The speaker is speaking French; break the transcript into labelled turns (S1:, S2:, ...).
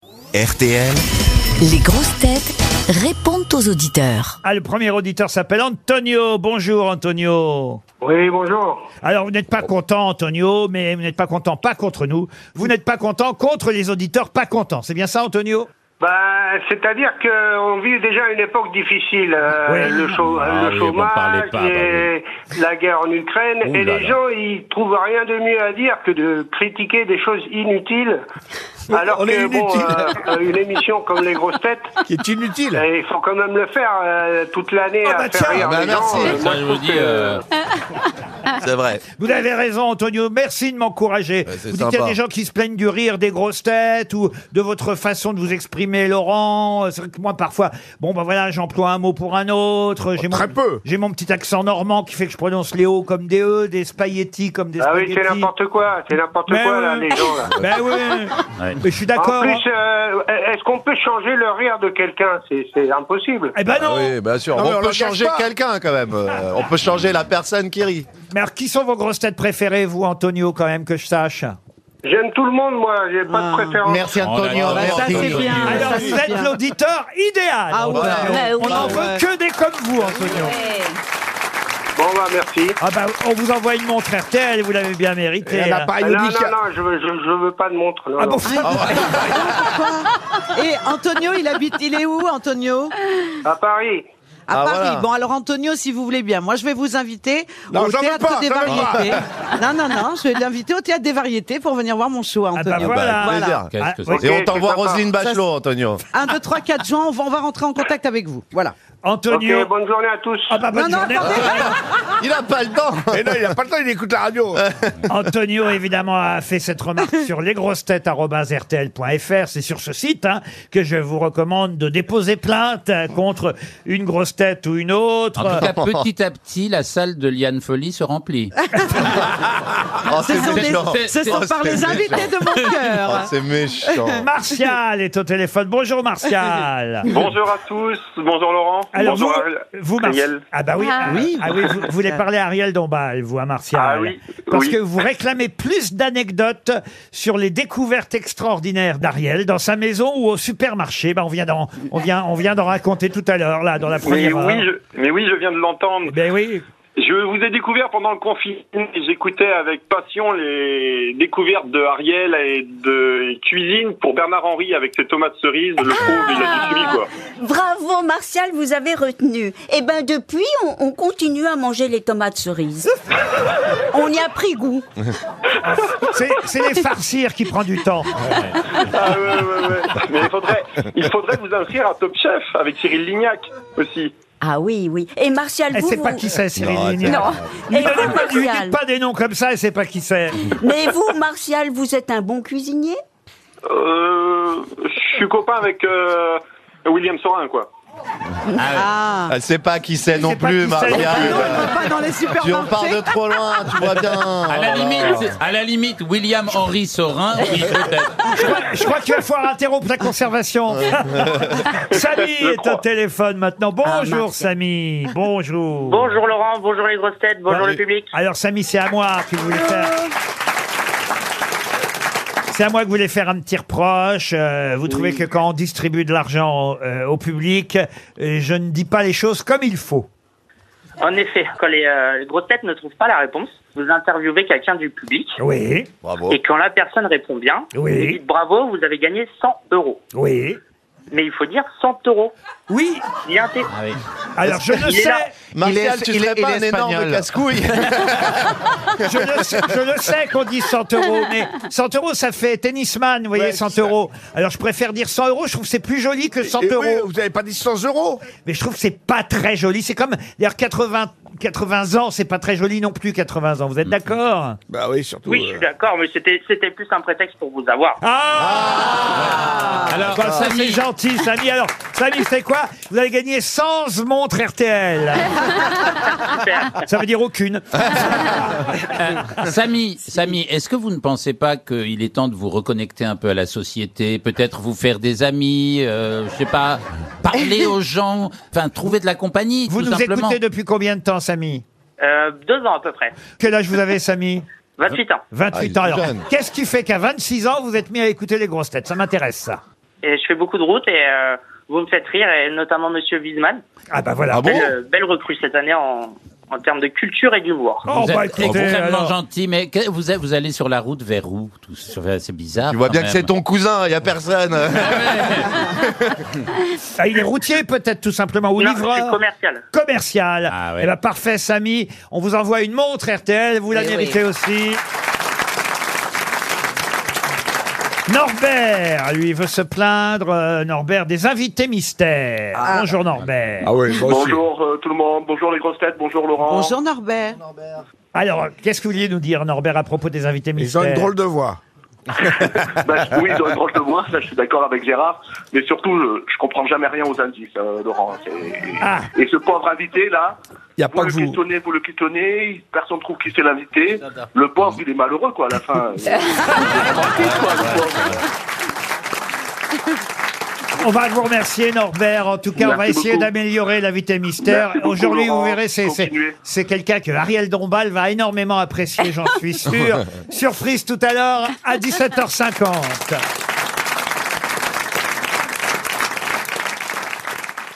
S1: RTL.
S2: Les grosses têtes répondent aux auditeurs.
S3: Ah, le premier auditeur s'appelle Antonio. Bonjour, Antonio.
S4: Oui, bonjour.
S3: Alors, vous n'êtes pas content, Antonio, mais vous n'êtes pas content pas contre nous. Vous n'êtes pas content contre les auditeurs pas contents. C'est bien ça, Antonio
S4: Bah, c'est-à-dire qu'on vit déjà une époque difficile. euh,
S3: Oui.
S4: Le, chau-
S5: Ah
S4: le
S5: oui, vous en parlez
S4: chômage,
S5: pas, bah
S4: les- la guerre en Ukraine,
S5: Ouh
S4: et
S5: là
S4: les
S5: là.
S4: gens, ils trouvent rien de mieux à dire que de critiquer des choses inutiles. Alors
S6: On
S4: que,
S6: est
S4: bon,
S6: inutile.
S4: euh, une émission comme Les Grosses Têtes,
S6: qui est inutile.
S4: euh, il faut quand même le faire euh, toute l'année
S6: Ah,
S4: à
S6: bah,
S4: faire
S6: tiens,
S4: rire
S1: bah,
S4: les
S1: merci.
S4: gens. Euh, moi,
S5: Ça, je
S4: je
S5: me
S4: trouve
S5: dis,
S4: que-
S5: euh,
S1: C'est vrai.
S3: Vous avez raison, Antonio. Merci de m'encourager.
S1: Ouais, c'est
S3: vous dites qu'il y a
S1: sympa.
S3: des gens qui se plaignent du rire des grosses têtes ou de votre façon de vous exprimer, Laurent. Euh, C'est vrai que moi, parfois, bon, ben voilà, j'emploie un mot pour un
S1: Oh,
S3: autre. J'ai
S6: très
S3: mon,
S6: peu.
S3: J'ai mon petit accent normand qui fait que je prononce les O comme des E, des spaghettis comme des
S4: Ah oui,
S3: spaghettis.
S4: c'est n'importe quoi, c'est n'importe
S3: Mais
S4: quoi, là,
S3: oui.
S4: les gens, là.
S3: Ben oui. Mais je suis
S4: En
S3: d'accord. hein.
S4: plus, euh, est-ce qu'on peut changer le rire de quelqu'un C'est c'est impossible.
S3: Eh ben
S5: Ah
S3: non.
S1: Oui, bien sûr.
S6: Ah Non, mais
S1: on,
S6: on
S1: peut
S6: le gâche
S1: changer
S6: pas.
S1: quelqu'un quand même. Euh, on peut changer la personne qui rit.
S3: Mais alors, qui sont vos grosses têtes préférées, vous, Antonio, quand même, que je sache
S4: J'aime tout le monde, moi, j'ai pas
S3: Ah,
S4: de préférence.
S7: Merci
S5: Antonio,
S7: Antonio.
S5: Oh là là, merci. ça, c'est bien. Ah,
S3: Alors,
S5: ça,
S3: vous êtes l'auditeur idéal
S7: Ah ouais.
S3: Antonio.
S7: Ouais,
S3: On
S7: ouais,
S3: n'en
S7: ouais.
S3: veut que des comme vous, Antonio
S4: Bon, bah, merci.
S3: Ah bah, on vous envoie une montre RTL, et vous l'avez bien mérité.
S6: Elle n'a pas
S4: Non, non,
S6: Yodi qui a-
S4: non, je veux, je, je veux pas de montre. non,
S3: Ah
S4: non.
S3: bon, ça-
S8: Et Antonio, il habite, il est où, Antonio
S4: À Paris.
S8: À
S1: Ah,
S8: Paris.
S1: voilà.
S8: Bon, alors Antonio, si vous voulez bien, moi je vais vous inviter
S6: Non,
S8: au
S6: j'en veux
S8: théâtre
S6: pas,
S8: des
S6: j'en veux
S8: variétés. Non, non, non, je vais l'inviter au théâtre des variétés pour venir voir mon show, à
S3: Ah bah
S8: Antonio.
S3: voilà.
S1: Bah, plaisir.
S5: Qu'est-ce
S3: Ah,
S5: que
S3: oui.
S5: c'est
S1: Et on
S4: Ok,
S1: t'envoie
S4: c'est sympa.
S1: Roselyne Bachelot, Antonio.
S8: 1, 2, 3, 4 juin, on va, on va rentrer en contact avec vous. Voilà.
S3: Antonio.
S4: Ok, bonne journée à tous.
S3: Ah bah, bonne
S8: Non, non,
S3: journée.
S8: attendez.
S1: Il a pas le temps.
S6: Mais non, il a pas le temps, il écoute la radio.
S3: Antonio, évidemment, a fait cette remarque sur lesgrossetêtes.rtl.fr. C'est sur ce site hein, que je vous recommande de déposer plainte euh, contre une grosse tête ou une autre.
S5: En tout cas, petit à petit, la salle de Liane Folly se remplit.
S1: Oh,
S8: Ce sont, des-
S1: méchant.
S8: ce sont
S1: Oh,
S8: par
S1: c'est
S8: les invités
S1: méchant.
S8: de mon
S1: Oh,
S8: cœur.
S1: c'est méchant.
S3: Martial est au téléphone. Bonjour Martial.
S9: Bonjour à tous, bonjour Laurent,
S3: Alors
S9: bonjour
S3: vous, vous Mar-
S9: Ariel.
S3: ah bah oui, ah,
S8: oui.
S3: ah oui, vous, vous voulez parler à Ariel Dombal, vous à Martial,
S9: Ah oui,
S3: parce
S9: oui.
S3: que vous réclamez plus d'anecdotes sur les découvertes extraordinaires d'Ariel dans sa maison ou au supermarché. Bah on vient d'en, on vient, on vient d'en raconter tout à l'heure là dans la
S9: Mais
S3: première heure.
S9: oui, je, mais oui, je viens de l'entendre.
S3: Ben oui.
S9: Je vous ai découvert pendant le confinement. et J'écoutais avec passion les découvertes de Ariel et de cuisine pour Bernard Henry avec ses tomates cerises. Le
S3: Ah.
S9: pauvre, il a du suivi, quoi.
S10: Bravo Martial, vous avez retenu. Eh ben depuis, on, on continue à manger les tomates cerises. on y a pris goût.
S3: C'est, c'est les farcir qui prend du temps.
S9: Ah ouais, ouais, ouais. Mais il faudrait, il faudrait vous inscrire à Top Chef avec Cyril Lignac aussi.
S10: Ah oui, oui. Et Martial,
S3: Elle
S10: vous,
S3: sait
S10: vous...
S3: pas qui Eh, c'est, Cyril
S1: Non,
S3: Lignac.
S10: Non.
S3: Lui
S10: Et vous,
S3: donnez pas- lui dites
S10: Martial.
S3: pas des noms comme ça, elle sait pas qui c'est.
S10: Mais vous, Martial, vous êtes un bon cuisinier
S9: Euh, je suis copain avec euh, William Sorin, quoi.
S8: Ah.
S1: Elle sait pas qui c'est non
S3: sait pas qui
S1: plus,
S3: c'est.
S8: Non,
S1: Marianne.
S8: on ne pas dans les
S1: Tu on part
S8: supermarchés.
S1: de trop loin, tu vois bien.
S5: À la limite, à la limite, William Henry Sorin, oui, peut-être.
S3: Je crois- Je crois qu'il va falloir interrompre la conservation. Samy
S9: Je
S3: est au
S9: crois.
S3: téléphone maintenant. Bonjour
S10: mince.
S3: Samy, bonjour.
S11: Bonjour Laurent, bonjour les grosses têtes, bonjour
S3: Salut.
S11: le public.
S3: Alors Samy, c'est à moi que vous voulez faire. C'est à moi que vous voulez faire un petit reproche. Euh, vous trouvez que quand on distribue de l'argent euh, au public, euh, je ne dis pas les choses comme il faut.
S11: En effet, quand les, euh, les grosses têtes ne trouvent pas la réponse, vous interviewez quelqu'un du public
S3: Oui,
S1: Bravo.
S11: et quand la personne répond bien,
S3: Oui.
S11: vous dites bravo, vous avez gagné 100 euros.
S3: oui,
S11: Mais il faut dire 100 euros.
S3: oui.
S11: Bien fait.
S3: Alors je ne
S11: Il est
S3: sais,
S11: là.
S1: Martial,
S7: Il est-
S1: tu
S7: il
S1: serais
S7: est-
S1: pas un
S7: il est
S1: énorme
S7: espagnol.
S1: casse-couille
S3: je le sais, je le sais qu'on dit 100 euros, mais 100 euros ça fait tennisman, vous voyez,
S6: Ouais,
S3: 100
S6: c'est ça.
S3: euros. Alors je préfère dire 100 euros, je trouve que c'est plus joli que 100
S6: Et oui,
S3: euros.
S6: vous avez pas dit 100 euros
S3: Mais je trouve que c'est pas très joli. C'est comme, d'ailleurs, 80, 80 ans, c'est pas très joli non plus, 80 ans. Vous êtes d'accord
S6: Bah oui, surtout.
S11: Oui, je
S6: euh,
S11: suis d'accord, mais c'était c'était plus un prétexte pour vous avoir.
S6: Ah,
S3: Ah,
S5: Alors,
S3: Bah, ça, c'est
S5: Samy,
S3: gentil, Samy. Alors, Samy, c'est quoi Vous allez gagner 100 montres RTL. ça veut dire aucune.
S5: Samy, Samy, est-ce que vous ne pensez pas qu'il est temps de vous reconnecter un peu à la société, peut-être vous faire des amis, euh, je sais pas, parler aux gens, enfin trouver de la compagnie,
S3: Vous
S5: tout
S3: nous
S5: simplement.
S3: écoutez depuis combien de temps, Samy
S11: Euh, deux ans à peu près,
S3: Quel âge vous avez, Samy
S11: 28 ans.
S3: 28
S1: Ah, il est
S3: ans. Alors,
S1: jeune.
S3: qu'est-ce qui fait qu'à 26 ans, vous êtes mis à écouter les grosses têtes Ça m'intéresse, ça.
S11: Et je fais beaucoup de routes et euh, vous me faites rire, et notamment Monsieur Wiesmann.
S3: Ah bah voilà.
S11: belle, euh, belle recrue cette année en, en termes de culture et d'humour.
S3: Oh, bah,
S5: vous êtes extrêmement gentil, mais que- vous, êtes- vous allez sur la route vers où Tout- sur- C'est bizarre.
S1: Tu vois
S5: quand
S1: bien que
S5: même.
S1: c'est ton cousin, il y a personne.
S3: Ah, il est routier peut-être tout simplement ou
S11: Non,
S3: livreur.
S11: je suis commercial.
S3: Commercial.
S5: Ah,
S3: Eh ben, parfait, Samy. On vous envoie une montre RTL. Vous la
S11: Eh oui.
S3: méritez aussi. Norbert, lui, veut se plaindre, euh, Norbert, des invités mystères. Bonjour Norbert.
S6: Ah oui,
S9: Bonjour euh, tout le monde, bonjour les grosses têtes, bonjour Laurent.
S8: Bonjour Norbert.
S3: Alors, qu'est-ce que vous vouliez nous dire, Norbert, à propos des invités
S6: Ils ont
S3: mystères
S6: une drôle de voix.
S9: Bah, je- oui, ils ont une drôle de voix, ça je suis d'accord avec Gérard, mais surtout je, je comprends jamais rien aux indices, euh, Laurent. C'est-
S3: Ah.
S9: Et ce pauvre invité là,
S6: Il n'y a
S9: vous
S6: pas
S9: le
S6: que vous.
S9: questionnez, vous le questionnez, personne trouve qui c'est l'invité. Le pauvre, il est malheureux quoi à la fin. Il est vraiment triste, quoi, le pauvre.
S3: On va vous remercier, Norbert. En tout cas, on va
S9: Merci
S3: essayer
S9: beaucoup.
S3: d'améliorer l'invité mystère.
S9: Merci beaucoup,
S3: Aujourd'hui, vous
S9: Laurent.
S3: verrez, c'est, c'est-
S9: Continuez.
S3: c'est quelqu'un que Ariel Dombal va énormément apprécier, j'en suis sûr. Surprise tout à l'heure à 17h50.